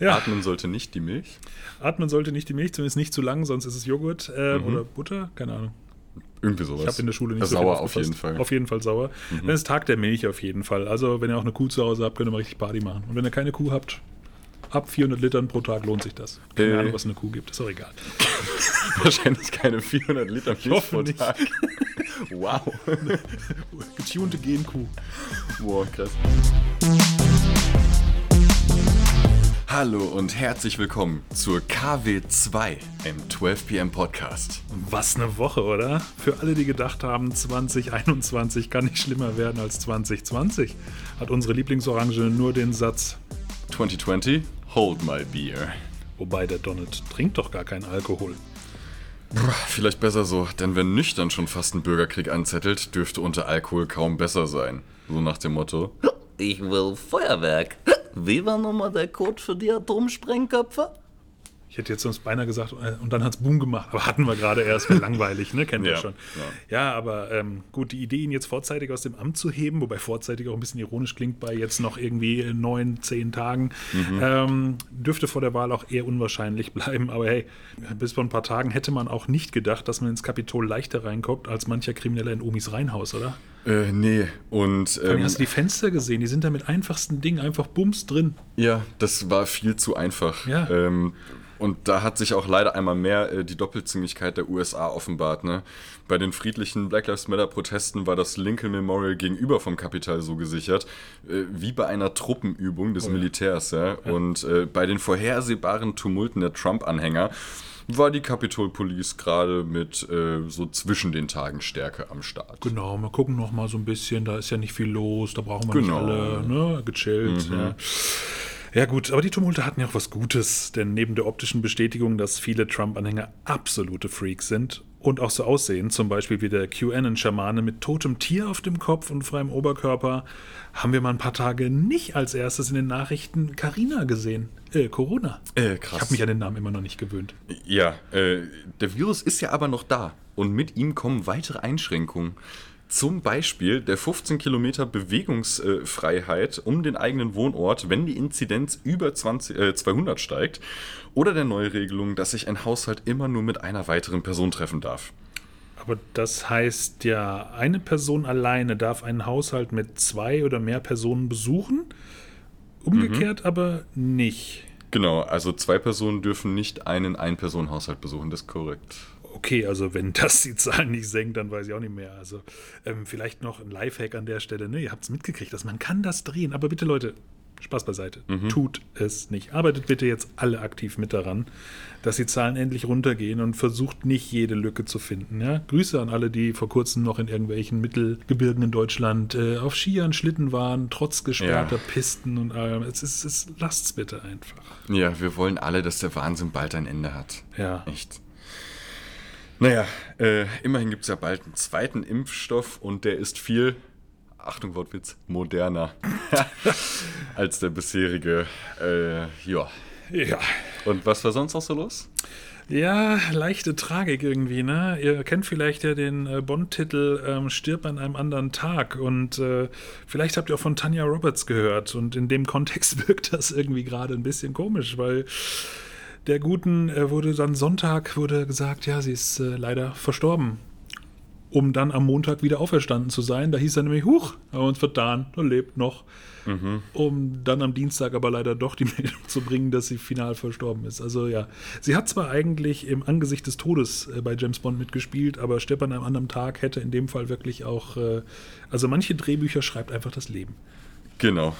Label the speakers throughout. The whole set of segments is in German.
Speaker 1: Ja.
Speaker 2: Atmen sollte nicht die Milch.
Speaker 1: Atmen sollte nicht die Milch, zumindest nicht zu lang, sonst ist es Joghurt äh,
Speaker 2: Mhm.
Speaker 1: oder Butter, keine Ahnung.
Speaker 2: Irgendwie sowas.
Speaker 1: Ich habe in der Schule nicht so viel
Speaker 2: Sauer auf
Speaker 1: aufgepasst.
Speaker 2: jeden Fall. Mhm.
Speaker 1: Auf jeden Fall sauer. Dann ist Tag der Milch auf jeden Fall. Also wenn ihr auch eine Kuh zu Hause habt, könnt ihr mal richtig Party machen. Und wenn ihr keine Kuh habt, ab 400 Litern pro Tag lohnt sich das. Keine
Speaker 2: Äh.
Speaker 1: Ahnung, was eine Kuh gibt, ist auch egal.
Speaker 2: Wahrscheinlich keine 400 Liter Milch
Speaker 1: hoffe
Speaker 2: pro
Speaker 1: nicht.
Speaker 2: Tag. Wow.
Speaker 1: Getunte Genkuh.
Speaker 2: Wow, krass. Hallo und herzlich willkommen zur KW2 im 12pm Podcast.
Speaker 1: Was eine Woche, oder? Für alle, die gedacht haben, 2021 kann nicht schlimmer werden als 2020, hat unsere Lieblingsorange nur den Satz,
Speaker 2: 2020, hold my beer.
Speaker 1: wobei der Donald trinkt doch gar keinen Alkohol.
Speaker 2: Vielleicht besser so, denn wenn nüchtern schon fast ein Bürgerkrieg anzettelt, dürfte unter Alkohol kaum besser sein. So nach dem Motto.
Speaker 3: Ich will Feuerwerk. Wie war nochmal der Code für die Atomsprengköpfe?
Speaker 1: Ich hätte jetzt sonst beinahe gesagt, äh, und dann hat's Boom gemacht. Aber hatten wir gerade erst, wäre langweilig, ne? Kennen wir
Speaker 2: Ja,
Speaker 1: schon. Ja, aber ähm, gut, die Idee, ihn jetzt vorzeitig aus dem Amt zu heben, wobei vorzeitig auch ein bisschen ironisch klingt bei jetzt noch irgendwie äh, neun, zehn Tagen, ähm, dürfte vor der Wahl auch eher unwahrscheinlich bleiben. Aber hey, bis vor ein paar Tagen hätte man auch nicht gedacht, dass man ins Kapitol leichter reinkommt als mancher Krimineller in Omis Reihenhaus, oder?
Speaker 2: Äh, nee. Und
Speaker 1: Ähm,
Speaker 2: ähm,
Speaker 1: hast du die Fenster gesehen? Die sind da mit einfachsten Dingen einfach bums drin.
Speaker 2: Ja, das war viel zu einfach.
Speaker 1: Ja.
Speaker 2: Ähm, und da hat sich auch leider einmal mehr äh, die Doppelzüngigkeit der USA offenbart. Ne? Bei den friedlichen Black Lives Matter-Protesten war das Lincoln Memorial gegenüber vom Kapital so gesichert, äh, wie bei einer Truppenübung
Speaker 1: Oh
Speaker 2: des Militärs. Ja? Und äh, bei den vorhersehbaren Tumulten der Trump-Anhänger war die Capitol Police gerade mit äh, so zwischen den Tagen Stärke am Start.
Speaker 1: Genau, mal gucken noch mal so ein bisschen, da ist ja nicht viel los, da brauchen wir
Speaker 2: Genau. Mhm.
Speaker 1: nicht alle, ne, gechillt, ja. Ja gut, aber die Tumulte hatten ja auch was Gutes, denn neben der optischen Bestätigung, dass viele Trump-Anhänger absolute Freaks sind und auch so aussehen, zum Beispiel wie der QAnon-Schamane mit totem Tier auf dem Kopf und freiem Oberkörper, haben wir mal ein paar Tage nicht als erstes in den Nachrichten Carina gesehen. Äh, Corona.
Speaker 2: Äh, krass.
Speaker 1: Ich habe mich an den Namen immer noch nicht gewöhnt.
Speaker 2: Ja, äh, der Virus ist ja aber noch da und mit ihm kommen weitere Einschränkungen. Zum Beispiel der 15 Kilometer Bewegungsfreiheit um den eigenen Wohnort, wenn die Inzidenz über 20, äh, 200 steigt. Oder der Neuregelung, dass sich ein Haushalt immer nur mit einer weiteren Person treffen darf.
Speaker 1: Aber das heißt ja, eine Person alleine darf einen Haushalt mit zwei oder mehr Personen besuchen, umgekehrt aber nicht.
Speaker 2: Genau, also zwei Personen dürfen nicht einen Ein-Personen-Haushalt besuchen, das ist korrekt.
Speaker 1: Okay, also wenn das die Zahlen nicht senkt, dann weiß ich auch nicht mehr. Also ähm, vielleicht noch ein Lifehack an der Stelle. Ne? Ihr habt es mitgekriegt, dass man kann das drehen. Aber bitte Leute, Spaß beiseite. Tut es nicht. Arbeitet bitte jetzt alle aktiv mit daran, dass die Zahlen endlich runtergehen und versucht nicht jede Lücke zu finden. Ja? Grüße an alle, die vor kurzem noch in irgendwelchen Mittelgebirgen in Deutschland äh, auf Skiern, Schlitten waren, trotz gesperrter
Speaker 2: Ja.
Speaker 1: Pisten und allem. Es ist, es, lasst's bitte einfach.
Speaker 2: Ja, wir wollen alle, dass der Wahnsinn bald ein Ende hat.
Speaker 1: Ja.
Speaker 2: Echt. Naja, äh, immerhin gibt es ja bald einen zweiten Impfstoff und der ist viel, Achtung Wortwitz, moderner als der bisherige. Äh, ja.
Speaker 1: Ja.
Speaker 2: Und was war sonst noch so los?
Speaker 1: Ja, leichte Tragik irgendwie, ne? Ihr kennt vielleicht ja den äh, Bond-Titel ähm, Stirb an einem anderen Tag und äh, vielleicht habt ihr auch von Tanja Roberts gehört und in dem Kontext wirkt das irgendwie gerade ein bisschen komisch, weil der Guten äh, wurde dann Sonntag wurde gesagt, ja, sie ist äh, leider verstorben. Um dann am Montag wieder auferstanden zu sein. Da hieß er nämlich, Huch, haben wir uns vertan, er lebt noch.
Speaker 2: Mhm.
Speaker 1: Um dann am Dienstag aber leider doch die Meldung zu bringen, dass sie final verstorben ist. Also ja, sie hat zwar eigentlich im Angesicht des Todes äh, bei James Bond mitgespielt, aber stirb an einem anderen Tag hätte in dem Fall wirklich auch. Äh, also manche Drehbücher schreibt einfach das Leben.
Speaker 2: Genau.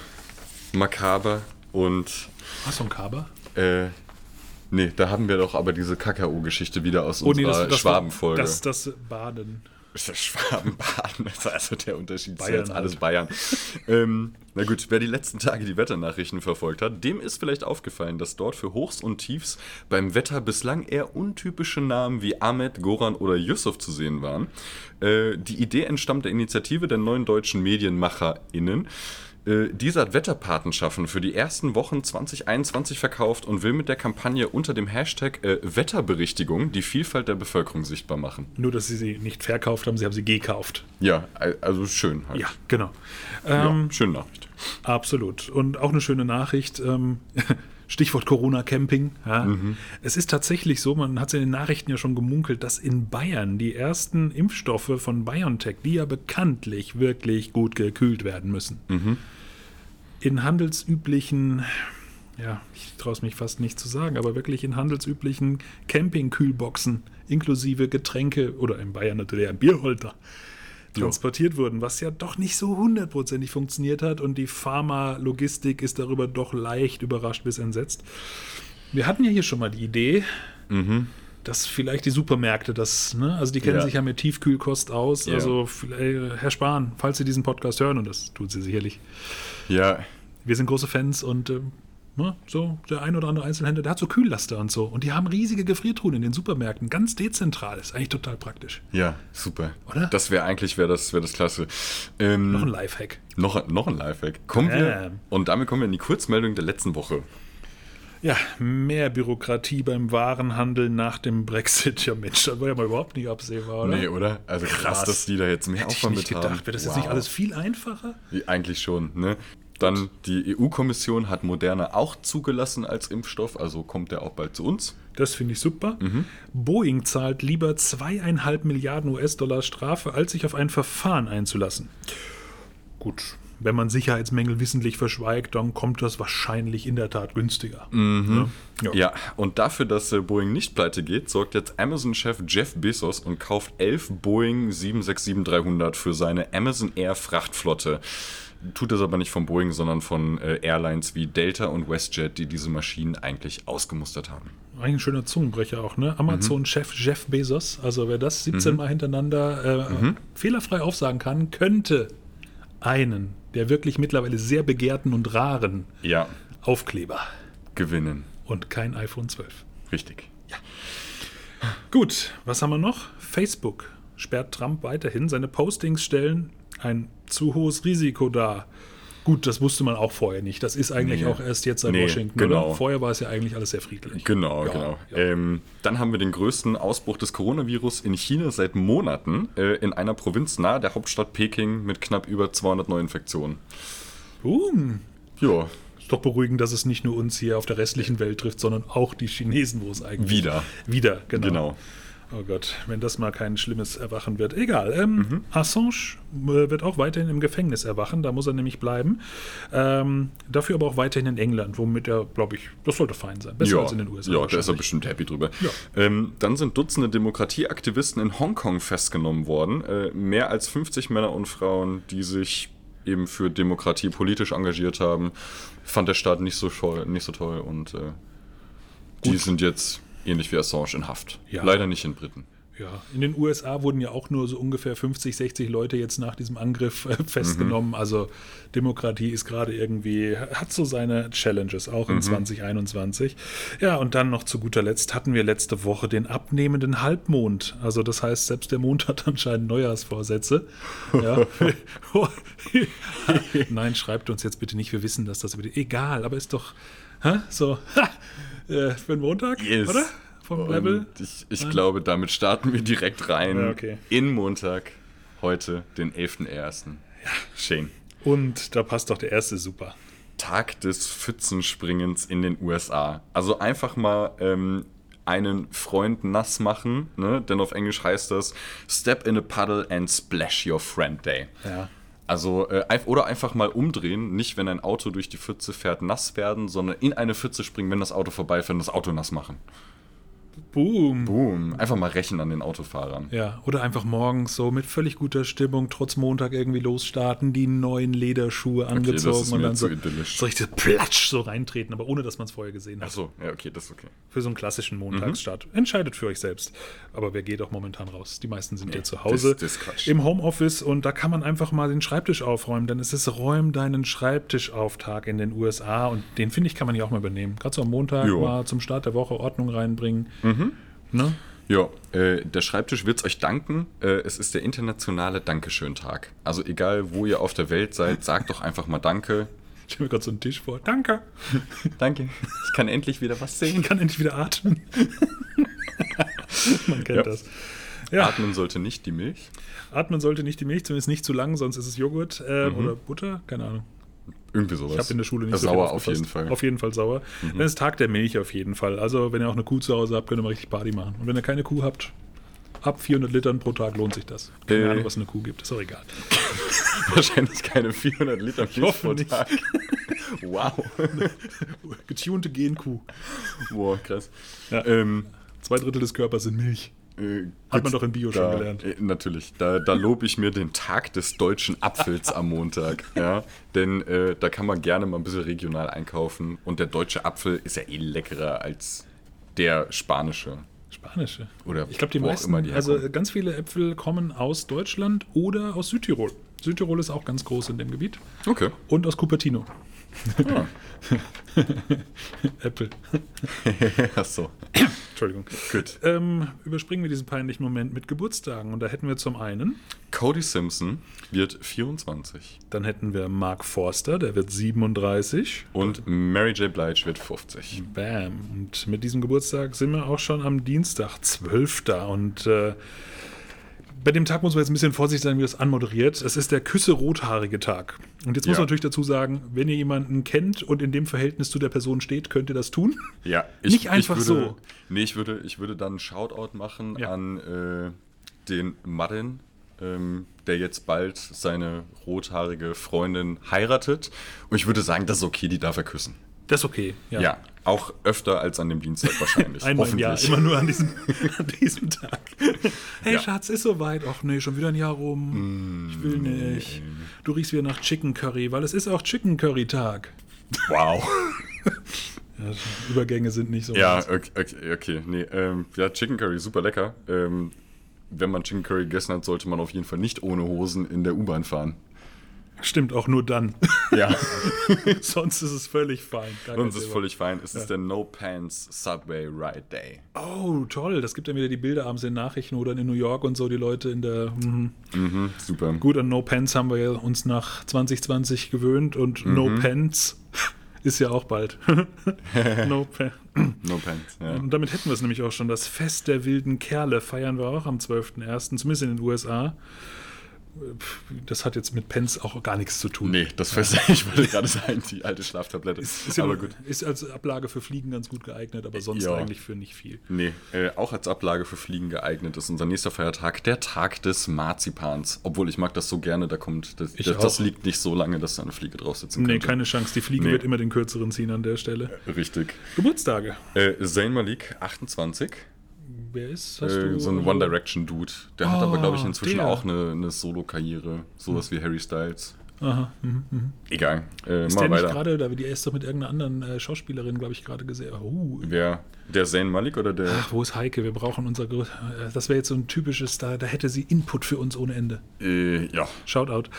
Speaker 2: Makaber und
Speaker 1: Was von Kaber?
Speaker 2: äh, nee, da haben wir doch aber diese Kakao-Geschichte wieder aus unserer Schwabenfolge.
Speaker 1: Oh, Das, das Baden.
Speaker 2: Ist das Schwabenbaden, das ist also der Unterschied ist
Speaker 1: Bayern
Speaker 2: ja jetzt alles
Speaker 1: halt.
Speaker 2: Bayern. ähm, na gut, wer die letzten Tage die Wetternachrichten verfolgt hat, dem ist vielleicht aufgefallen, dass dort für Hochs und Tiefs beim Wetter bislang eher untypische Namen wie Ahmed, Goran oder Yusuf zu sehen waren. Äh, die Idee entstammt der Initiative der neuen deutschen MedienmacherInnen. Äh, Dieser hat Wetterpatenschaften für die ersten Wochen 2021 verkauft und will mit der Kampagne unter dem Hashtag äh, Wetterberichtigung die Vielfalt der Bevölkerung sichtbar machen.
Speaker 1: Nur, dass sie sie nicht verkauft haben, sie haben sie gekauft.
Speaker 2: Ja, al- also schön halt.
Speaker 1: Ja, genau.
Speaker 2: Ja,
Speaker 1: Ähm,
Speaker 2: schöne Nachricht.
Speaker 1: Absolut. Und auch eine schöne Nachricht. Ähm, Stichwort Corona-Camping. Ja. Es ist tatsächlich so, man hat es in den Nachrichten ja schon gemunkelt, dass in Bayern die ersten Impfstoffe von BioNTech, die ja bekanntlich wirklich gut gekühlt werden müssen, in handelsüblichen, ja, ich traue es mich fast nicht zu sagen, aber wirklich in handelsüblichen Campingkühlboxen inklusive Getränke oder in Bayern natürlich ein Bierholter transportiert wurden, was ja doch nicht so hundertprozentig funktioniert hat und die Pharma-Logistik ist darüber doch leicht überrascht bis entsetzt. Wir hatten ja hier schon mal die Idee, dass vielleicht die Supermärkte das, ne, also die kennen
Speaker 2: Mhm. Ja.
Speaker 1: sich ja mit Tiefkühlkost aus,
Speaker 2: Ja.
Speaker 1: also vielleicht- Herr Spahn, falls Sie diesen Podcast hören, und das tut sie sicherlich,
Speaker 2: Ja,
Speaker 1: wir sind große Fans und ähm, ne, so der ein oder andere Einzelhändler, der hat so Kühllaster und so. Und die haben riesige Gefriertruhen in den Supermärkten, ganz dezentral. Ist eigentlich total praktisch.
Speaker 2: ja, super.
Speaker 1: Oder?
Speaker 2: Das wäre eigentlich, wäre das, wär das klasse. Ähm,
Speaker 1: Noch ein Ähm. Lifehack.
Speaker 2: noch, noch ein Lifehack. Kommen wir,
Speaker 1: Damn.
Speaker 2: und damit kommen wir in die Kurzmeldung der letzten Woche.
Speaker 1: Ja, mehr Bürokratie beim Warenhandel nach dem Brexit. Ja, Mensch, das war ja mal überhaupt nicht absehbar, oder?
Speaker 2: Nee, oder? Also krass,
Speaker 1: Krass.
Speaker 2: dass die da jetzt mehr
Speaker 1: Hätte ich
Speaker 2: Aufwand
Speaker 1: nicht
Speaker 2: mit
Speaker 1: gedacht.
Speaker 2: haben.
Speaker 1: Wäre das
Speaker 2: Wow.
Speaker 1: jetzt nicht alles viel einfacher?
Speaker 2: Ja, Eigentlich schon, ne? Dann die EU-Kommission hat Moderna auch zugelassen als Impfstoff, also kommt der auch bald zu uns.
Speaker 1: Das finde ich super. Boeing zahlt lieber zweieinhalb Milliarden US-Dollar Strafe, als sich auf ein Verfahren einzulassen. Gut, wenn man Sicherheitsmängel wissentlich verschweigt, dann kommt das wahrscheinlich in der Tat günstiger. Ja.
Speaker 2: Ja, und dafür, dass äh, Boeing nicht pleite geht, sorgt jetzt Amazon-Chef Jeff Bezos und kauft elf Boeing 767-300 für seine Amazon Air Frachtflotte. Tut das aber nicht von Boeing, sondern von äh, Airlines wie Delta und WestJet, die diese Maschinen eigentlich ausgemustert haben.
Speaker 1: Eigentlich ein schöner Zungenbrecher auch, ne? Amazon-Chef Jeff Bezos, also wer das 17 Mal hintereinander äh, fehlerfrei aufsagen kann, könnte einen der wirklich mittlerweile sehr begehrten und raren
Speaker 2: Ja,
Speaker 1: Aufkleber
Speaker 2: gewinnen.
Speaker 1: und kein iPhone 12.
Speaker 2: Richtig.
Speaker 1: Gut, was haben wir noch? Facebook sperrt Trump weiterhin. Seine Postings stellen ein zu hohes Risiko dar. Gut, das wusste man auch vorher nicht. Das ist eigentlich
Speaker 2: Nee.
Speaker 1: auch erst jetzt seit
Speaker 2: Nee,
Speaker 1: Washington.
Speaker 2: genau.
Speaker 1: Oder? Vorher war es ja eigentlich alles sehr friedlich.
Speaker 2: Genau,
Speaker 1: Ja,
Speaker 2: genau.
Speaker 1: ja.
Speaker 2: Ähm, dann haben wir den größten Ausbruch des Coronavirus in China seit Monaten äh, in einer Provinz nahe der Hauptstadt Peking mit knapp über 200 Neuinfektionen.
Speaker 1: Uh,
Speaker 2: Ja,
Speaker 1: ist doch beruhigend, dass es nicht nur uns hier auf der restlichen Welt trifft, sondern auch die Chinesen, wo es eigentlich
Speaker 2: Wieder.
Speaker 1: Wieder, genau.
Speaker 2: genau.
Speaker 1: Oh Gott, wenn das mal kein schlimmes Erwachen wird. Egal. Ähm,
Speaker 2: Mhm.
Speaker 1: Assange äh, wird auch weiterhin im Gefängnis erwachen, da muss er nämlich bleiben. Ähm, dafür aber auch weiterhin in England, womit er, glaube ich, das sollte fein sein. Besser
Speaker 2: ja,
Speaker 1: als in den USA.
Speaker 2: ja da ist er
Speaker 1: wahrscheinlich.
Speaker 2: bestimmt happy drüber.
Speaker 1: Ja.
Speaker 2: Ähm, dann sind Dutzende Demokratieaktivisten in Hongkong festgenommen worden. Äh, mehr als 50 Männer und Frauen, die sich eben für Demokratie politisch engagiert haben, fand der Staat nicht so, toll- nicht so toll und äh, die sind jetzt ähnlich wie Assange in Haft.
Speaker 1: Ja.
Speaker 2: Leider nicht in Briten.
Speaker 1: ja. In den USA wurden ja auch nur so ungefähr 50, 60 Leute jetzt nach diesem Angriff äh, festgenommen. Also Demokratie ist gerade irgendwie, hat so seine Challenges, auch in 2021. Ja, und dann noch zu guter Letzt hatten wir letzte Woche den abnehmenden Halbmond. Also das heißt, selbst der Mond hat anscheinend Neujahrsvorsätze. Ja. Nein, schreibt uns jetzt bitte nicht, wir wissen, dass das über die, egal, aber ist doch hä? so äh, für den Montag,
Speaker 2: Yes.
Speaker 1: oder? Vom Level.
Speaker 2: Und Ähm, ich ich glaube, damit starten wir direkt rein
Speaker 1: Ja, okay.
Speaker 2: in Montag, heute, den 11.01. Ja. Shane.
Speaker 1: Und da passt doch der erste super.
Speaker 2: Tag des Pfützenspringens in den USA. Also einfach mal ähm, einen Freund nass machen, ne? denn auf Englisch heißt das Step in a Puddle and Splash Your Friend Day.
Speaker 1: Ja.
Speaker 2: Also, äh, einf- oder einfach mal umdrehen, nicht wenn ein Auto durch die Pfütze fährt, nass werden, sondern in eine Pfütze springen, wenn das Auto vorbeifährt und das Auto nass machen.
Speaker 1: Boom.
Speaker 2: Boom. Einfach mal rächen an den Autofahrern.
Speaker 1: Ja, oder einfach morgens so mit völlig guter Stimmung, trotz Montag irgendwie losstarten, die neuen Lederschuhe angezogen
Speaker 2: ist
Speaker 1: und
Speaker 2: mir
Speaker 1: dann
Speaker 2: zu
Speaker 1: so,
Speaker 2: idyllisch.
Speaker 1: so richtig platsch so reintreten, aber ohne, dass man es vorher gesehen hat.
Speaker 2: Achso, ja, okay, das ist okay.
Speaker 1: Für so einen klassischen
Speaker 2: Mhm.
Speaker 1: Montagsstart. Entscheidet für euch selbst. Aber wer geht auch momentan raus? Die meisten sind ja zu Hause
Speaker 2: das ist Quatsch.
Speaker 1: im Homeoffice und da kann man einfach mal den Schreibtisch aufräumen, denn es ist Räum deinen Schreibtisch auf Tag in den USA und den finde ich, kann man ja auch mal übernehmen. Gerade so am Montag
Speaker 2: Jo. Mhm.
Speaker 1: mal zum Start der Woche Ordnung reinbringen. Ne?
Speaker 2: Ja, äh, der Schreibtisch wird's euch danken. Äh, es ist der internationale Dankeschön-Tag. Also egal, wo ihr auf der Welt seid, sagt doch einfach mal Danke.
Speaker 1: Ich stelle mir gerade so einen Tisch vor. Danke.
Speaker 2: Danke. Ich kann endlich wieder was
Speaker 1: Ich
Speaker 2: sehen.
Speaker 1: kann endlich wieder atmen. Man kennt
Speaker 2: Ja.
Speaker 1: das. Ja,
Speaker 2: Atmen sollte nicht die Milch. Mhm.
Speaker 1: atmen sollte nicht die Milch, zumindest nicht zu lang, sonst ist es Joghurt äh, oder Butter, keine Ahnung.
Speaker 2: Irgendwie sowas.
Speaker 1: Ich habe in der Schule nicht so viel
Speaker 2: Sauer auf
Speaker 1: aufgepasst.
Speaker 2: jeden Fall. Mhm.
Speaker 1: Auf jeden Fall sauer. Dann ist Tag der Milch auf jeden Fall. Also, wenn ihr auch eine Kuh zu Hause habt, könnt ihr mal richtig Party machen. Und wenn ihr keine Kuh habt, ab 400 Litern pro Tag lohnt sich das. Keine
Speaker 2: Äh.
Speaker 1: Ahnung, was eine Kuh gibt. Ist auch egal.
Speaker 2: Wahrscheinlich keine 400 Liter Milch
Speaker 1: hoffe
Speaker 2: pro
Speaker 1: nicht.
Speaker 2: Tag. Wow.
Speaker 1: Getunte Genkuh.
Speaker 2: Boah, krass.
Speaker 1: Ja.
Speaker 2: Ähm,
Speaker 1: Zwei Drittel des Körpers sind Milch.
Speaker 2: äh,
Speaker 1: Hat
Speaker 2: gut,
Speaker 1: man doch in Bio schon
Speaker 2: da,
Speaker 1: gelernt.
Speaker 2: Äh, natürlich. Da, da lobe ich mir den Tag des deutschen Apfels am Montag. Ja? Denn äh, da kann man gerne mal ein bisschen regional einkaufen. Und der deutsche Apfel ist ja eh leckerer als der spanische.
Speaker 1: Spanische.
Speaker 2: Oder
Speaker 1: ich glaube, die
Speaker 2: wo auch
Speaker 1: meisten,
Speaker 2: immer die
Speaker 1: also
Speaker 2: herkommen.
Speaker 1: ganz viele Äpfel kommen aus Deutschland oder aus Südtirol. Südtirol ist auch ganz groß in dem Gebiet.
Speaker 2: Okay.
Speaker 1: Und aus Cupertino.
Speaker 2: Ah.
Speaker 1: Äpfel.
Speaker 2: Achso.
Speaker 1: Entschuldigung.
Speaker 2: Gut.
Speaker 1: Ähm, überspringen wir diesen peinlichen Moment mit Geburtstagen. Und da hätten wir zum einen,
Speaker 2: Cody Simpson wird 24
Speaker 1: dann hätten wir Mark Forster, der wird 37.
Speaker 2: und Mary J. Blige wird 50.
Speaker 1: Bam. Und mit diesem Geburtstag sind wir auch schon am Dienstag, 12. Und äh, bei dem Tag muss man jetzt ein bisschen vorsichtig sein, wie das anmoderiert. Es ist der Küsse-rothaarige Tag. Und jetzt muss
Speaker 2: Ja.
Speaker 1: man natürlich dazu sagen, wenn ihr jemanden kennt und in dem Verhältnis zu der Person steht, könnt ihr das tun.
Speaker 2: Ja,
Speaker 1: Nicht einfach
Speaker 2: würde,
Speaker 1: so.
Speaker 2: Nee, ich würde, ich würde dann einen Shoutout machen
Speaker 1: Ja.
Speaker 2: an äh, den Martin, ähm, der jetzt bald seine rothaarige Freundin heiratet. Und ich würde sagen, das ist okay, die darf er küssen.
Speaker 1: Das ist okay.
Speaker 2: Ja, auch öfter als an dem Dienstag wahrscheinlich.
Speaker 1: Einmal im Jahr,
Speaker 2: Hoffentlich.
Speaker 1: immer nur an diesem, an diesem Tag. Hey
Speaker 2: Ja.
Speaker 1: Schatz, ist soweit. Ach nee, schon wieder ein Jahr rum. ich will nicht. Du riechst wieder nach Chicken Curry, weil es ist auch Chicken Curry Tag.
Speaker 2: Wow.
Speaker 1: Übergänge sind nicht so.
Speaker 2: Ja,
Speaker 1: meins.
Speaker 2: okay, okay, okay. nee, ähm, ja, Chicken Curry, super lecker. Ähm, wenn man Chicken Curry gegessen hat, sollte man auf jeden Fall nicht ohne Hosen in der U-Bahn fahren.
Speaker 1: Stimmt, auch nur dann.
Speaker 2: Ja.
Speaker 1: Sonst ist es völlig fein. Gar
Speaker 2: Sonst
Speaker 1: kein
Speaker 2: ist
Speaker 1: Thema.
Speaker 2: völlig fein. Es ist der No Pants Subway Ride Day.
Speaker 1: Oh, toll. Das gibt dann wieder die Bilder abends in Nachrichten oder in New York und so, die Leute in der. Mhm.
Speaker 2: Mhm, super.
Speaker 1: Gut, an No Pants haben wir ja uns nach 2020 gewöhnt und No Pants ist ja auch bald. no Pants.
Speaker 2: No Pants. Ja.
Speaker 1: Und damit hätten wir es nämlich auch schon. Das Fest der wilden Kerle feiern wir auch am 12.01., zumindest in den USA. Pff, Das hat jetzt mit Pence auch gar nichts zu tun.
Speaker 2: Nee, das fest, ich wollte gerade sagen, die alte Schlaftablette.
Speaker 1: Ist, ja,
Speaker 2: Aber gut. Äh,
Speaker 1: ist als Ablage für Fliegen ganz gut geeignet, aber sonst
Speaker 2: Ja.
Speaker 1: eigentlich für nicht viel.
Speaker 2: Nee, äh, auch als Ablage für Fliegen geeignet ist unser nächster Feiertag, der Tag des Marzipans. Obwohl ich mag das so gerne, da kommt das,
Speaker 1: Ich
Speaker 2: das, das
Speaker 1: auch.
Speaker 2: liegt nicht so lange, dass da eine Fliege drauf sitzen
Speaker 1: Nee,
Speaker 2: könnte.
Speaker 1: keine Chance. Die Fliege
Speaker 2: Nee.
Speaker 1: wird immer den kürzeren ziehen an der Stelle.
Speaker 2: Richtig.
Speaker 1: Geburtstage.
Speaker 2: Äh, Zayn Malik, 28.
Speaker 1: Wer ist? Hast
Speaker 2: Äh,
Speaker 1: du,
Speaker 2: so ein One Direction Dude. Der hat
Speaker 1: Ah,
Speaker 2: aber, glaube ich, inzwischen
Speaker 1: der. Hm.
Speaker 2: auch eine, eine Solo-Karriere. Sowas wie Harry Styles.
Speaker 1: Aha. Mhm, mhm.
Speaker 2: Egal. Äh,
Speaker 1: Ist
Speaker 2: mal
Speaker 1: der nicht
Speaker 2: weiter.
Speaker 1: gerade, da wir die erst doch mit irgendeiner anderen äh, Schauspielerin, glaube ich, gerade gesehen. Oh,
Speaker 2: Wer? Der Zayn Malik oder der.
Speaker 1: Ach, wo ist Heike? Wir brauchen unser. Gro- äh, Das wäre jetzt so ein typisches, da, da hätte sie Input für uns ohne Ende.
Speaker 2: Äh, ja.
Speaker 1: Shoutout.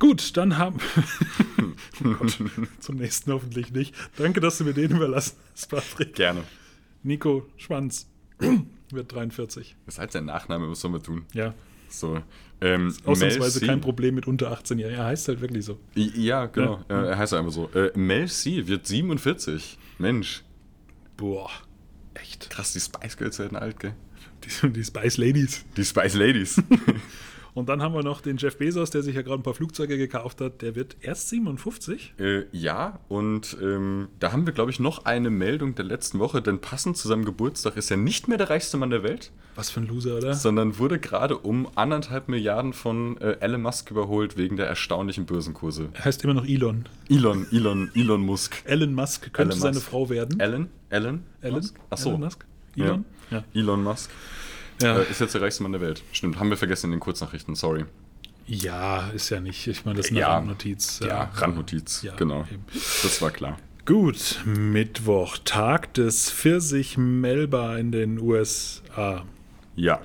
Speaker 1: Gut, dann haben. oh Gott, zum nächsten hoffentlich nicht. Danke, dass du mir den überlassen hast, Patrick.
Speaker 2: Gerne.
Speaker 1: Nico Schwanz wird 43.
Speaker 2: Das ist halt sein Nachname, was sollen wir tun?
Speaker 1: Ja,
Speaker 2: So. Ähm,
Speaker 1: ausnahmsweise
Speaker 2: Mel
Speaker 1: kein
Speaker 2: C.
Speaker 1: Problem mit unter 18-Jährigen. Er heißt halt wirklich so.
Speaker 2: I- Ja, genau. Äh, er heißt einfach so. Äh, Mel C wird 47. Mensch.
Speaker 1: Boah, echt.
Speaker 2: Krass, die Spice Girls werden alt, gell?
Speaker 1: Die, die Spice Ladies.
Speaker 2: Die Spice Ladies.
Speaker 1: Und dann haben wir noch den Jeff Bezos, der sich ja gerade ein paar Flugzeuge gekauft hat. Der wird erst 57.
Speaker 2: Äh, ja, und ähm, da haben wir, glaube ich, noch eine Meldung der letzten Woche, denn passend zu seinem Geburtstag ist er nicht mehr der reichste Mann der Welt,
Speaker 1: Was für ein Loser, oder?
Speaker 2: sondern wurde gerade um anderthalb Milliarden von äh, Elon Musk überholt wegen der erstaunlichen Börsenkurse.
Speaker 1: Er heißt immer noch Elon.
Speaker 2: Elon, Elon, Elon Musk.
Speaker 1: Elon Musk könnte
Speaker 2: Elon
Speaker 1: seine
Speaker 2: Musk.
Speaker 1: Frau werden.
Speaker 2: Elon? Elon?
Speaker 1: Elon?
Speaker 2: Musk? Achso.
Speaker 1: Elon Musk? Elon?
Speaker 2: Ja.
Speaker 1: Ja. Ah.
Speaker 2: Elon Musk.
Speaker 1: Ja.
Speaker 2: Äh, ist jetzt der reichste Mann der Welt. Stimmt, haben wir vergessen in den Kurznachrichten, sorry.
Speaker 1: ja, ist ja nicht. Ich meine, das ist eine
Speaker 2: Ja.
Speaker 1: Randnotiz.
Speaker 2: Ja,
Speaker 1: Äh,
Speaker 2: Randnotiz,
Speaker 1: Ja,
Speaker 2: genau.
Speaker 1: eben.
Speaker 2: Das war klar.
Speaker 1: Gut, Mittwoch, Tag des Pfirsich Melba in den USA.
Speaker 2: Ja.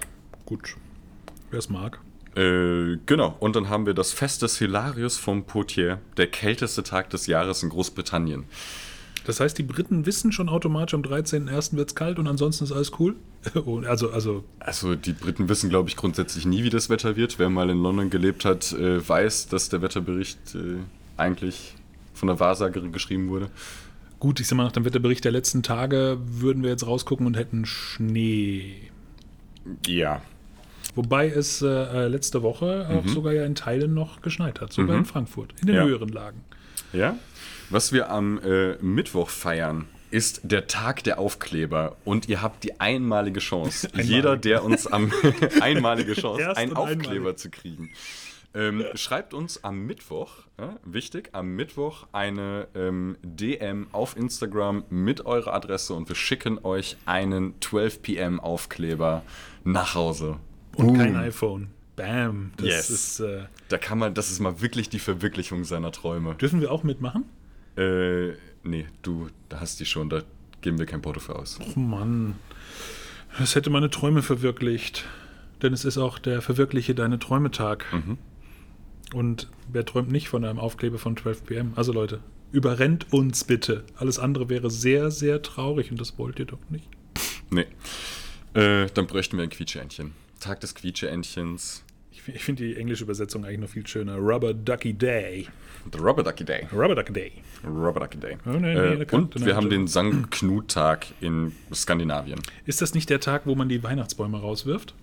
Speaker 1: Gut, wer es mag.
Speaker 2: Äh, genau, und dann haben wir das Fest des Hilarius vom Potier, der kälteste Tag des Jahres in Großbritannien.
Speaker 1: Das heißt, die Briten wissen schon automatisch, am 13.01. wird es kalt und ansonsten ist alles cool. Und also, also,
Speaker 2: Also die Briten wissen, glaube ich, grundsätzlich nie, wie das Wetter wird. Wer mal in London gelebt hat, äh, weiß, dass der Wetterbericht äh, eigentlich von der Wahrsagerin geschrieben wurde.
Speaker 1: gut, ich sag mal, nach dem Wetterbericht der letzten Tage würden wir jetzt rausgucken und hätten Schnee.
Speaker 2: Ja.
Speaker 1: Wobei es äh, äh, letzte Woche auch sogar Mhm. ja in Teilen noch geschneit hat, sogar in Frankfurt, in den
Speaker 2: Ja.
Speaker 1: höheren Lagen.
Speaker 2: Ja? Was wir am äh, Mittwoch feiern, ist der Tag der Aufkleber und ihr habt die einmalige Chance, jeder, der uns am einmalige Chance,
Speaker 1: Erst
Speaker 2: einen
Speaker 1: und
Speaker 2: Aufkleber
Speaker 1: einmalig.
Speaker 2: zu kriegen. Ähm, Schreibt uns am Mittwoch, äh, wichtig, am Mittwoch eine ähm, DM auf Instagram mit eurer Adresse und wir schicken euch einen 12 PM Aufkleber nach Hause.
Speaker 1: Und kein iPhone. Bam. Das
Speaker 2: Yes.
Speaker 1: ist. Äh,
Speaker 2: Da kann man, das ist mal wirklich die Verwirklichung seiner Träume.
Speaker 1: dürfen wir auch mitmachen?
Speaker 2: Äh, nee, du da hast die schon, da geben wir kein Porto für aus.
Speaker 1: Oh Mann. Das hätte meine Träume verwirklicht. Denn es ist auch der Verwirkliche deine Träume-Tag. Und wer träumt nicht von einem Aufkleber von 12 pm? Also Leute, überrennt uns bitte. Alles andere wäre sehr, sehr traurig und das wollt ihr doch nicht.
Speaker 2: Nee. Äh, dann bräuchten wir ein Quietscheentchen. Tag des Quietscheentchens.
Speaker 1: Ich, fi- ich finde die englische Übersetzung eigentlich noch viel schöner. Rubber Ducky Day.
Speaker 2: The Rubber Ducky Day.
Speaker 1: Rubber Ducky Day.
Speaker 2: Rubber Ducky Day.
Speaker 1: Oh, nee, nee, da
Speaker 2: äh,
Speaker 1: kann-
Speaker 2: und
Speaker 1: dann
Speaker 2: wir
Speaker 1: hab
Speaker 2: haben
Speaker 1: ich-
Speaker 2: den St. Knut-Tag in Skandinavien.
Speaker 1: Ist das nicht der Tag, wo man die Weihnachtsbäume rauswirft?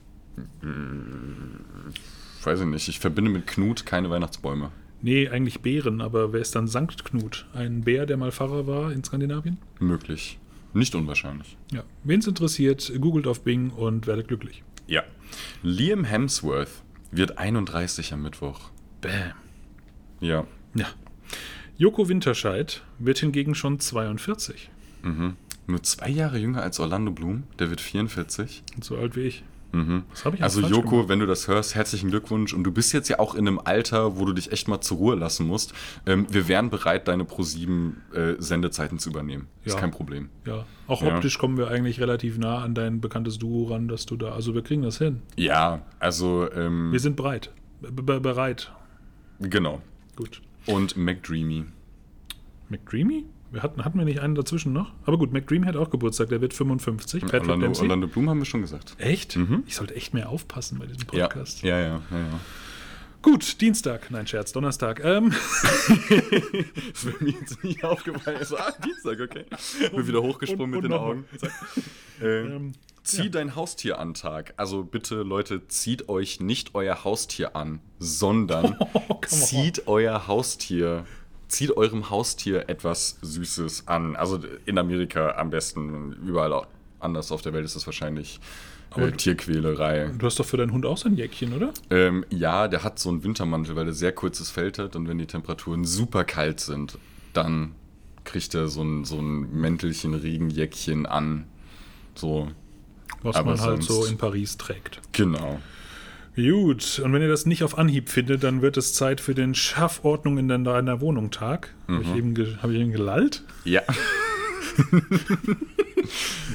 Speaker 2: Ich weiß ich nicht. Ich verbinde mit Knut keine Weihnachtsbäume.
Speaker 1: Nee, eigentlich Bären, aber wer ist dann Sankt Knut? Ein Bär, der mal Pfarrer war in Skandinavien?
Speaker 2: Möglich. Nicht unwahrscheinlich.
Speaker 1: Ja. Wen es interessiert, googelt auf Bing und werdet glücklich.
Speaker 2: Ja. Liam Hemsworth wird 31 am Mittwoch.
Speaker 1: Bam.
Speaker 2: Ja.
Speaker 1: Ja. Joko Winterscheid wird hingegen schon 42.
Speaker 2: Nur zwei Jahre jünger als Orlando Bloom. Der wird 44.
Speaker 1: Und so alt wie ich.
Speaker 2: Mhm.
Speaker 1: Was habe ich
Speaker 2: Also
Speaker 1: eigentlich falsch
Speaker 2: Joko, wenn du das hörst, herzlichen Glückwunsch. Und du bist jetzt ja auch in einem Alter, wo du dich echt mal zur Ruhe lassen musst. Ähm, wir wären bereit, deine Pro7-Sendezeiten zu übernehmen. Ist
Speaker 1: Ja.
Speaker 2: kein Problem.
Speaker 1: Ja, auch
Speaker 2: Ja.
Speaker 1: optisch kommen wir eigentlich relativ nah an dein bekanntes Duo ran, dass du da. Also wir kriegen das hin.
Speaker 2: Ja, also ähm,
Speaker 1: Wir sind bereit. B -b bereit.
Speaker 2: genau.
Speaker 1: Gut.
Speaker 2: Und McDreamy.
Speaker 1: McDreamy? Wir hatten, hatten wir nicht einen dazwischen noch? Aber gut, McDreamy hat auch Geburtstag, der wird 55. Patrick
Speaker 2: Orlando,
Speaker 1: Dempsey.
Speaker 2: Orlando Bloom haben wir schon gesagt.
Speaker 1: Echt? Ich sollte echt mehr aufpassen bei diesem
Speaker 2: Mhm. Ja,
Speaker 1: Podcast.
Speaker 2: ja, ja, ja, ja.
Speaker 1: Gut, Dienstag. Nein, Scherz, Donnerstag. Ähm,
Speaker 2: Das wäre mir jetzt nicht aufgefallen. So, ah, Dienstag, okay. Bin wieder hochgesprungen
Speaker 1: Und-
Speaker 2: mit den
Speaker 1: und nochmal.
Speaker 2: Augen. Ähm,
Speaker 1: ähm,
Speaker 2: Zieh dein Haustier an Tag. Also bitte, Leute, zieht euch nicht euer Haustier an, sondern
Speaker 1: Oh, on.
Speaker 2: zieht euer Haustier, zieht eurem Haustier etwas Süßes an. Also in Amerika am besten, überall au- anders auf der Welt ist es wahrscheinlich äh,
Speaker 1: du-
Speaker 2: Tierquälerei.
Speaker 1: du hast doch für deinen Hund auch so ein Jäckchen, oder?
Speaker 2: Ähm, ja, der hat so einen Wintermantel, weil er sehr kurzes Feld hat und wenn die Temperaturen super kalt sind, dann kriegt er so ein, so ein Mäntelchen, Regenjäckchen an. So,
Speaker 1: Was
Speaker 2: Aber
Speaker 1: man halt so
Speaker 2: sonst-
Speaker 1: in Paris trägt.
Speaker 2: genau.
Speaker 1: Gut, und wenn ihr das nicht auf Anhieb findet, dann wird es Zeit für den Schaffordnung in deiner Wohnung Tag. Habe
Speaker 2: Mhm.
Speaker 1: ich, eben ge- hab ich eben gelallt?
Speaker 2: Ja.
Speaker 1: Hm.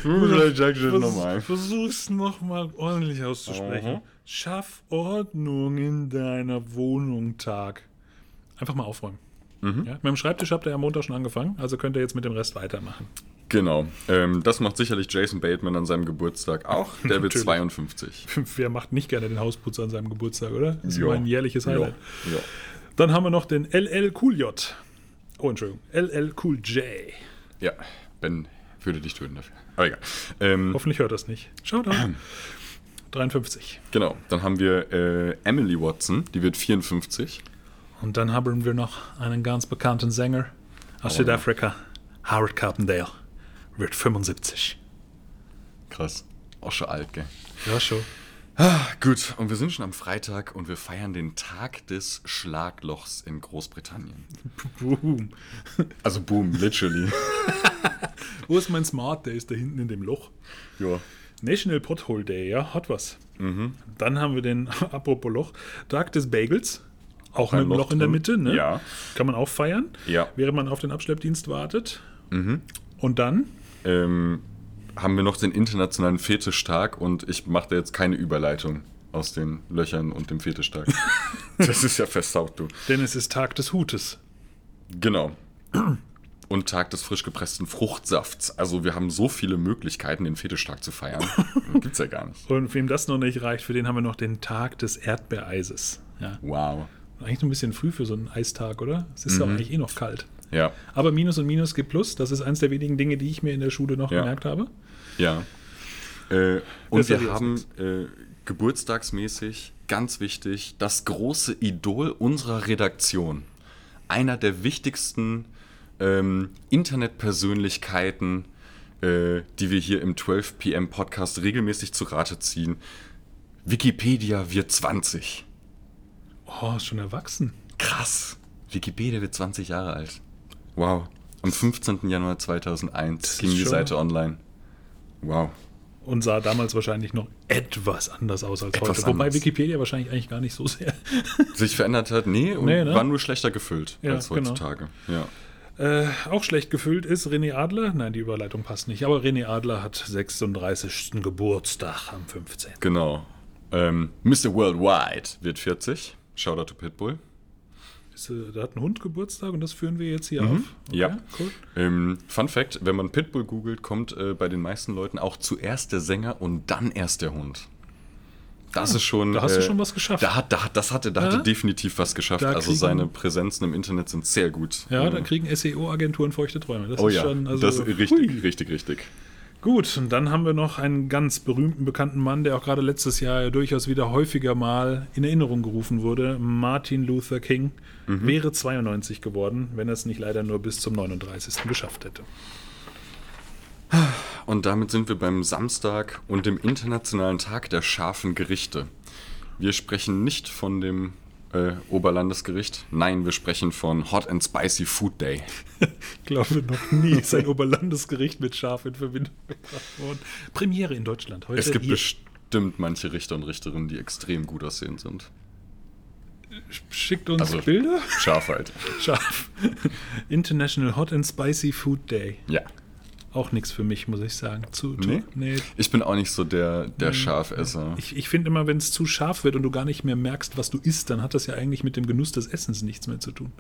Speaker 2: Vielleicht sagst du das nochmal.
Speaker 1: Versuch's nochmal ordentlich auszusprechen.
Speaker 2: Mhm.
Speaker 1: Schaff Ordnung in deiner Wohnung Tag. Einfach mal aufräumen.
Speaker 2: Mhm.
Speaker 1: Ja, mit dem Schreibtisch habt ihr am Montag schon angefangen, also könnt ihr jetzt mit dem Rest weitermachen.
Speaker 2: Genau. Ähm, das macht sicherlich Jason Bateman an seinem Geburtstag auch. Der wird
Speaker 1: Natürlich.
Speaker 2: 52.
Speaker 1: Wer macht nicht gerne den Hausputz an seinem Geburtstag, oder? Das ist
Speaker 2: Ja.
Speaker 1: immer ein jährliches
Speaker 2: Ja.
Speaker 1: Highlight.
Speaker 2: Ja.
Speaker 1: Dann haben wir noch den LL Cool J. Oh, Entschuldigung. LL Cool J.
Speaker 2: ja. Ben würde dich töten dafür. Aber egal. Ähm,
Speaker 1: Hoffentlich hört das nicht. Schaut an. 53.
Speaker 2: genau. Dann haben wir äh, Emily Watson. Die wird 54.
Speaker 1: Und dann haben wir noch einen ganz bekannten Sänger aus Südafrika. Howard Carpendale. Wird 75.
Speaker 2: Krass. Auch schon alt, gell?
Speaker 1: Ja, schon.
Speaker 2: Gut, und wir sind schon am Freitag und wir feiern den Tag des Schlaglochs in Großbritannien.
Speaker 1: Boom.
Speaker 2: Also boom, literally.
Speaker 1: Wo ist mein Smart? Der ist da hinten in dem Loch.
Speaker 2: ja.
Speaker 1: National Pothole Day, ja, hat was.
Speaker 2: Mhm.
Speaker 1: Dann haben wir den, apropos Loch, Tag des Bagels. Auch
Speaker 2: Ein
Speaker 1: mit einem
Speaker 2: Loch
Speaker 1: Loch, in der
Speaker 2: drin.
Speaker 1: Mitte, ne?
Speaker 2: Ja.
Speaker 1: Kann man auch feiern,
Speaker 2: Ja. Mhm.
Speaker 1: während man auf den Abschleppdienst wartet. Und dann,
Speaker 2: ähm, haben wir noch den internationalen Fetischtag und ich mache da jetzt keine Überleitung aus den Löchern und dem Fetischtag. das ist ja versaut, du.
Speaker 1: denn es ist Tag des Hutes.
Speaker 2: Genau. Und Tag des frisch gepressten Fruchtsafts. Also wir haben so viele Möglichkeiten, den Fetischtag zu feiern. Gibt's ja gar nicht.
Speaker 1: Und wem das noch nicht reicht, für den haben wir noch den Tag des Erdbeereises. Ja.
Speaker 2: Wow.
Speaker 1: Eigentlich noch ein bisschen früh für so einen Eistag, oder? Es
Speaker 2: Mhm.
Speaker 1: ist ja eigentlich eh noch kalt.
Speaker 2: Ja,
Speaker 1: Aber Minus und Minus gibt Plus. Das ist eins der wenigen Dinge, die ich mir in der Schule noch
Speaker 2: Ja.
Speaker 1: gemerkt habe.
Speaker 2: ja. Äh, und
Speaker 1: Das war
Speaker 2: wir
Speaker 1: die
Speaker 2: haben äh, geburtstagsmäßig, ganz wichtig, das große Idol unserer Redaktion. einer der wichtigsten ähm, Internetpersönlichkeiten, äh, die wir hier im 12 PM Podcast regelmäßig zu Rate ziehen. Wikipedia wird 20.
Speaker 1: Oh, ist schon erwachsen.
Speaker 2: Krass. Wikipedia wird 20 Jahre alt. Wow. Am 15. Januar 2001 ging
Speaker 1: ist
Speaker 2: die
Speaker 1: schon-
Speaker 2: Seite online. Wow.
Speaker 1: Und sah damals wahrscheinlich noch etwas anders aus als
Speaker 2: Etwas
Speaker 1: heute. Wobei
Speaker 2: anders.
Speaker 1: Wikipedia wahrscheinlich eigentlich gar nicht so sehr.
Speaker 2: Sich verändert hat? Nee, und
Speaker 1: Nee, ne?
Speaker 2: war nur schlechter gefüllt
Speaker 1: Ja,
Speaker 2: als
Speaker 1: genau.
Speaker 2: heutzutage. Ja.
Speaker 1: Äh, auch schlecht gefüllt ist René Adler. Nein, die Überleitung passt nicht. Aber René Adler hat 36. Geburtstag am 15.
Speaker 2: Genau. Ähm, Mr. Worldwide wird 40. Shoutout to Pitbull.
Speaker 1: Ist, äh, Da hat ein Hund Geburtstag und das führen wir jetzt hier auf.
Speaker 2: Mhm. Ja.
Speaker 1: Cool.
Speaker 2: Ähm, Fun Fact: Wenn man Pitbull googelt, kommt äh, bei den meisten Leuten auch zuerst der Sänger und dann erst der Hund. Das ist schon.
Speaker 1: Ah,
Speaker 2: äh,
Speaker 1: da hast du schon was geschafft.
Speaker 2: Da hat, da hat, das hatte, da hatte
Speaker 1: Ja?
Speaker 2: definitiv was geschafft.
Speaker 1: Da
Speaker 2: also
Speaker 1: kriegen-
Speaker 2: seine Präsenzen im Internet sind sehr gut.
Speaker 1: Ja,
Speaker 2: Äh,
Speaker 1: da kriegen SEO-Agenturen feuchte Träume. Das
Speaker 2: oh
Speaker 1: ist
Speaker 2: ja,
Speaker 1: schon. Also,
Speaker 2: das ist richtig,
Speaker 1: hui.
Speaker 2: richtig, richtig.
Speaker 1: Gut, und dann haben wir noch einen ganz berühmten, bekannten Mann, der auch gerade letztes Jahr durchaus wieder häufiger mal in Erinnerung gerufen wurde. Martin Luther King wäre 92 geworden, wenn er es nicht leider nur bis zum 39. geschafft hätte.
Speaker 2: Und damit sind wir beim Samstag und dem Internationalen Tag der scharfen Gerichte. Wir sprechen nicht von dem äh, Oberlandesgericht, nein, wir sprechen von Hot and Spicy Food Day.
Speaker 1: Ich glaube, noch nie ist ein Oberlandesgericht mit Schaf in Verbindung gebracht worden. Premiere in Deutschland heute.
Speaker 2: Es gibt
Speaker 1: hier.
Speaker 2: bestimmt manche Richter und Richterinnen, die extrem gut aussehen sind.
Speaker 1: Schickt uns
Speaker 2: also-
Speaker 1: Bilder.
Speaker 2: Scharf halt.
Speaker 1: Schaf. International Hot and Spicy Food Day.
Speaker 2: Ja.
Speaker 1: Auch nichts für mich, muss ich sagen. Zu, zu,
Speaker 2: Nee?
Speaker 1: nee.
Speaker 2: Ich bin auch nicht so der, der Scharfesser.
Speaker 1: Ich, ich finde immer, wenn es zu scharf wird und du gar nicht mehr merkst, was du isst, dann hat das ja eigentlich mit dem Genuss des Essens nichts mehr zu tun.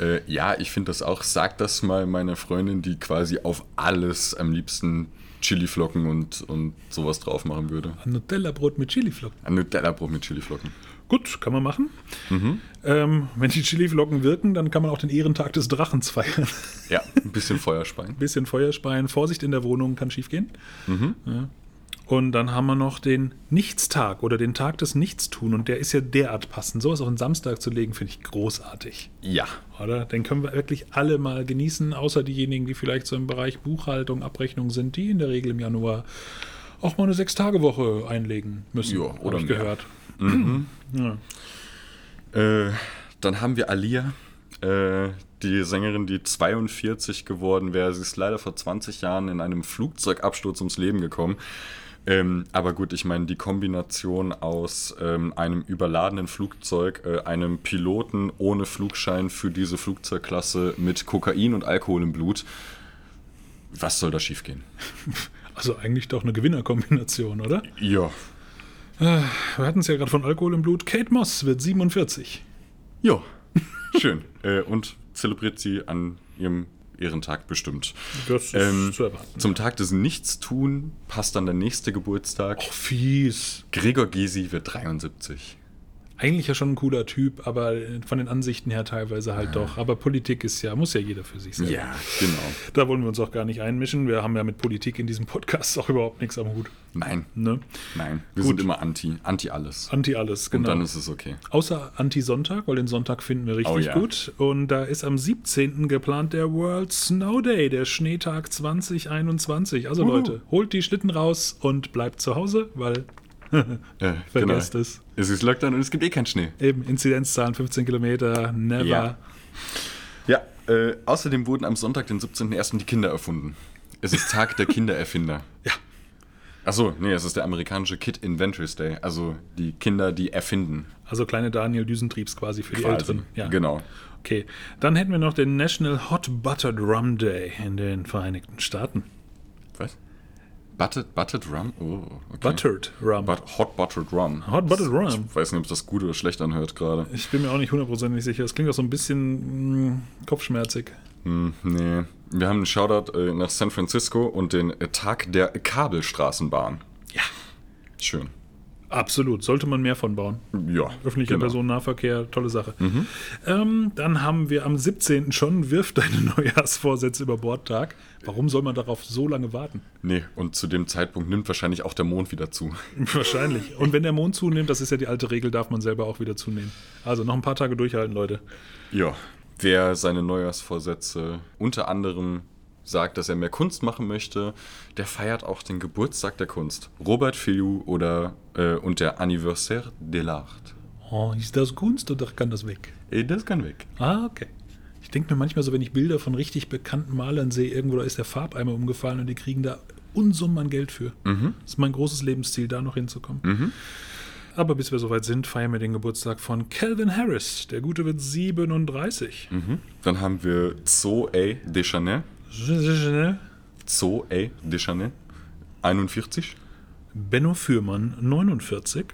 Speaker 2: Äh, ja, ich finde das auch. Sag das mal meiner Freundin, die quasi auf alles am liebsten Chiliflocken und, und sowas drauf machen würde.
Speaker 1: Ein Nutella-Brot mit Chiliflocken.
Speaker 2: Ein Nutella-Brot mit Chiliflocken.
Speaker 1: Gut, kann man machen. Ähm, wenn die Chiliflocken wirken, dann kann man auch den Ehrentag des Drachens feiern.
Speaker 2: Ja, ein bisschen Feuerspein.
Speaker 1: Bisschen Feuerspeien, Vorsicht in der Wohnung, kann schiefgehen. Ja. Und dann haben wir noch den Nichtstag oder den Tag des Nichtstun und der ist ja derart passend. Sowas auf den Samstag zu legen, finde ich großartig.
Speaker 2: Ja.
Speaker 1: Oder? Den können wir wirklich alle mal genießen, außer diejenigen, die vielleicht so im Bereich Buchhaltung, Abrechnung sind, die in der Regel im Januar auch mal eine Sechstagewoche einlegen müssen.
Speaker 2: Ja,
Speaker 1: hab
Speaker 2: oder
Speaker 1: ich
Speaker 2: mehr.
Speaker 1: gehört.
Speaker 2: Äh, dann haben wir Alia, äh, die Sängerin, die 42 geworden wäre. Sie ist leider vor 20 Jahren in einem Flugzeugabsturz ums Leben gekommen. Ähm, aber gut, ich meine, die Kombination aus ähm, einem überladenen Flugzeug, äh, einem Piloten ohne Flugschein für diese Flugzeugklasse mit Kokain und Alkohol im Blut, was soll da schiefgehen?
Speaker 1: Also eigentlich doch eine Gewinnerkombination, oder?
Speaker 2: Ja.
Speaker 1: Wir hatten es ja gerade von Alkohol im Blut. Kate Moss wird 47.
Speaker 2: Ja. Schön. äh, und zelebriert sie an ihrem Ehrentag bestimmt.
Speaker 1: Das ist
Speaker 2: Ähm,
Speaker 1: zu erwarten.
Speaker 2: Zum Tag des Nichtstun passt dann der nächste Geburtstag.
Speaker 1: Och, fies.
Speaker 2: Gregor Gysi wird 73.
Speaker 1: Eigentlich ja schon ein cooler Typ, aber von den Ansichten her teilweise halt doch. Aber Politik ist ja, muss ja jeder für sich selber.
Speaker 2: genau.
Speaker 1: Da wollen wir uns auch gar nicht einmischen. Wir haben ja mit Politik in diesem Podcast auch überhaupt nichts am Hut.
Speaker 2: Nein,
Speaker 1: Ne?
Speaker 2: nein. Wir sind immer anti. Anti alles.
Speaker 1: Anti alles,
Speaker 2: Und
Speaker 1: genau.
Speaker 2: dann ist es okay.
Speaker 1: Außer Anti-Sonntag, weil den Sonntag finden wir richtig
Speaker 2: Oh ja.
Speaker 1: gut. Und da ist am 17. geplant der World Snow Day, der Schneetag 2021. Also Leute, holt die Schlitten raus und bleibt zu Hause, weil
Speaker 2: Äh,
Speaker 1: Vergesst es.
Speaker 2: Es ist Lockdown und es gibt eh keinen Schnee.
Speaker 1: eben Inzidenzzahlen 15 Kilometer, never.
Speaker 2: Ja. Ja, äh, außerdem wurden am Sonntag, den 17.01. die Kinder erfunden. Es ist Tag der Kindererfinder.
Speaker 1: Ja.
Speaker 2: Achso, nee, es ist der amerikanische Kid Inventors Day. Also die Kinder, die erfinden.
Speaker 1: Also kleine Daniel Düsentriebs quasi für die
Speaker 2: quasi.
Speaker 1: Älteren. Ja.
Speaker 2: Genau.
Speaker 1: Okay, dann hätten wir noch den National Hot Buttered Rum Day in den Vereinigten Staaten.
Speaker 2: Was? Buttered, buttered Rum? Oh, okay.
Speaker 1: Buttered Rum.
Speaker 2: But, hot Buttered Rum.
Speaker 1: Hot Buttered Rum. Äh.
Speaker 2: Ich weiß nicht, ob das gut oder schlecht anhört gerade.
Speaker 1: Ich bin mir auch nicht hundertprozentig sicher. Es klingt auch so ein bisschen mm, kopfschmerzig.
Speaker 2: Hm, nee. Wir haben einen Shoutout äh, nach San Francisco und den äh, Tag der Kabelstraßenbahn.
Speaker 1: Ja.
Speaker 2: Schön.
Speaker 1: Absolut. Sollte man mehr von bauen.
Speaker 2: Ja.
Speaker 1: Öffentlicher
Speaker 2: genau.
Speaker 1: Personennahverkehr, tolle Sache. Ähm, dann haben wir am 17. schon Wirf deine Neujahrsvorsätze über Bord Tag. Warum soll man darauf so lange warten?
Speaker 2: Nee, und zu dem Zeitpunkt nimmt wahrscheinlich auch der Mond wieder zu.
Speaker 1: Wahrscheinlich. Und wenn der Mond zunimmt, das ist ja die alte Regel, darf man selber auch wieder zunehmen. Also noch ein paar Tage durchhalten, Leute.
Speaker 2: ja. wer seine Neujahrsvorsätze unter anderem sagt, dass er mehr Kunst machen möchte, der feiert auch den Geburtstag der Kunst. Robert Filou oder äh, und der Anniversaire de l'Art.
Speaker 1: Oh, ist das Kunst oder kann das weg?
Speaker 2: Äh, Das kann weg.
Speaker 1: Ah, okay. Ich denke mir manchmal so, wenn ich Bilder von richtig bekannten Malern sehe, irgendwo da ist der Farbeimer umgefallen und die kriegen da Unsummen an Geld für. Das ist mein großes Lebensziel, da noch hinzukommen. Aber bis wir soweit sind, feiern wir den Geburtstag von Calvin Harris. Der Gute wird 37.
Speaker 2: Dann haben wir Zoe Deschanel.
Speaker 1: Mhm.
Speaker 2: Zoe Deschanel. 41.
Speaker 1: Benno Fürmann, 49.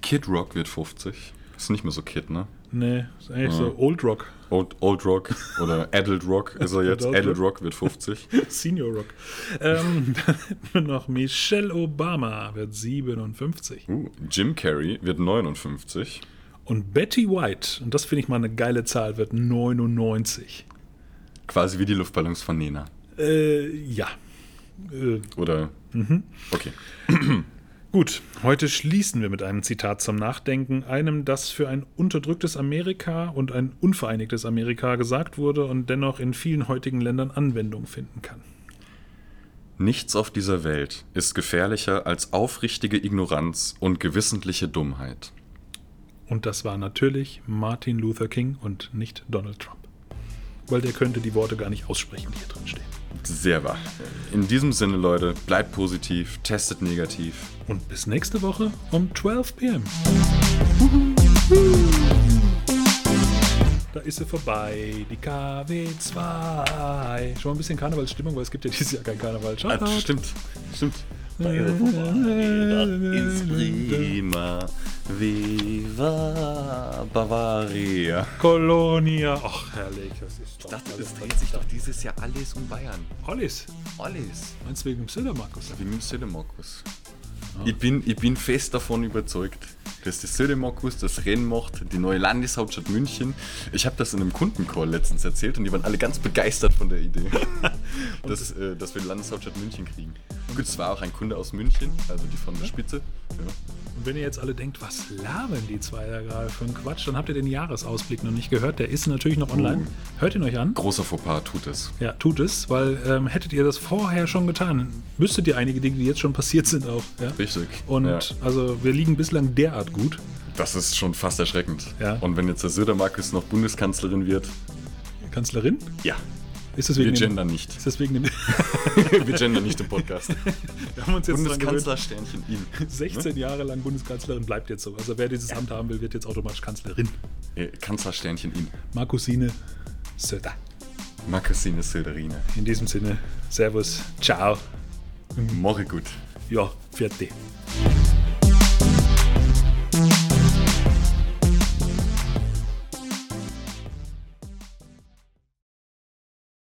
Speaker 2: Kid Rock wird 50. Ist nicht mehr so Kid, ne?
Speaker 1: Nee, ist eigentlich so Old Rock,
Speaker 2: Old, Old Rock oder Adult Rock ist er jetzt.
Speaker 1: Adult
Speaker 2: Adult Rock wird 50.
Speaker 1: Senior Rock. Ähm, dann hätten wir noch Michelle Obama, wird 57.
Speaker 2: Uh, Jim Carrey wird 59.
Speaker 1: Und Betty White, und das finde ich mal eine geile Zahl, wird 99.
Speaker 2: Quasi wie die Luftballons von Nena.
Speaker 1: Äh, ja. Äh,
Speaker 2: Oder? Okay.
Speaker 1: gut, heute schließen wir mit einem Zitat zum Nachdenken, einem, das für ein unterdrücktes Amerika und ein unvereinigtes Amerika gesagt wurde und dennoch in vielen heutigen Ländern Anwendung finden kann.
Speaker 2: Nichts auf dieser Welt ist gefährlicher als aufrichtige Ignoranz und gewissentliche Dummheit.
Speaker 1: Und das war natürlich Martin Luther King und nicht Donald Trump. Weil der könnte die Worte gar nicht aussprechen, die hier drin stehen.
Speaker 2: Sehr wahr. In diesem Sinne, Leute, bleibt positiv, testet negativ.
Speaker 1: Und bis nächste Woche um 12 pm. Da ist sie vorbei, die KW2. Schon mal ein bisschen Karnevalsstimmung, weil es gibt ja dieses Jahr kein Karneval. Shoutout.
Speaker 2: Ah, stimmt, stimmt.
Speaker 1: Äh,
Speaker 3: Ins Prima.
Speaker 2: Viva Bavaria.
Speaker 1: Kolonia. Ach, herrlich. Das ist doch
Speaker 2: dachte, es dreht sich doch dieses Jahr alles um Bayern.
Speaker 1: Ollis.
Speaker 2: Alles.
Speaker 1: Meinst du wegen dem Silber, Markus?
Speaker 2: Wie mit Södemokus. Ich, bin, ich bin fest davon überzeugt, dass der Södemokus das Rennen macht, die neue Landeshauptstadt München. Ich habe das in einem Kundencall letztens erzählt und die waren alle ganz begeistert von der Idee, dass, äh, dass wir die Landeshauptstadt München kriegen. Gut, es war auch ein Kunde aus München, also die von der Spitze. Ja.
Speaker 1: Und wenn ihr jetzt alle denkt, was labern die zwei da gerade für einen Quatsch, dann habt ihr den Jahresausblick noch nicht gehört. Der ist natürlich noch online. Hört ihn euch an.
Speaker 2: Großer Fauxpas tut es.
Speaker 1: Ja, tut es, weil ähm, hättet ihr das vorher schon getan, müsstet ihr einige Dinge, die jetzt schon passiert sind, auch. Ja?
Speaker 2: Richtig.
Speaker 1: Und
Speaker 2: Ja.
Speaker 1: also wir liegen bislang derart gut.
Speaker 2: Das ist schon fast erschreckend.
Speaker 1: Ja.
Speaker 2: Und wenn jetzt der Södermarkus noch Bundeskanzlerin wird,
Speaker 1: Kanzlerin?
Speaker 2: ja,
Speaker 1: Ist das
Speaker 2: wir
Speaker 1: wegen dem,
Speaker 2: gendern nicht.
Speaker 1: Ist das wegen dem,
Speaker 2: wir gendern nicht im Podcast.
Speaker 1: wir haben uns jetzt dran gewöhnt,
Speaker 2: Bundeskanzlersternchen ihn.
Speaker 1: 16
Speaker 2: Hm?
Speaker 1: Jahre lang Bundeskanzlerin bleibt jetzt so. Also wer dieses Amt haben will, wird jetzt automatisch Kanzlerin.
Speaker 2: Äh, Kanzlersternchen ihn.
Speaker 1: Markusine Söder.
Speaker 2: Markusine Silderine.
Speaker 1: In diesem Sinne, Servus, ciao,
Speaker 2: Morgen gut.
Speaker 1: ja, vierte.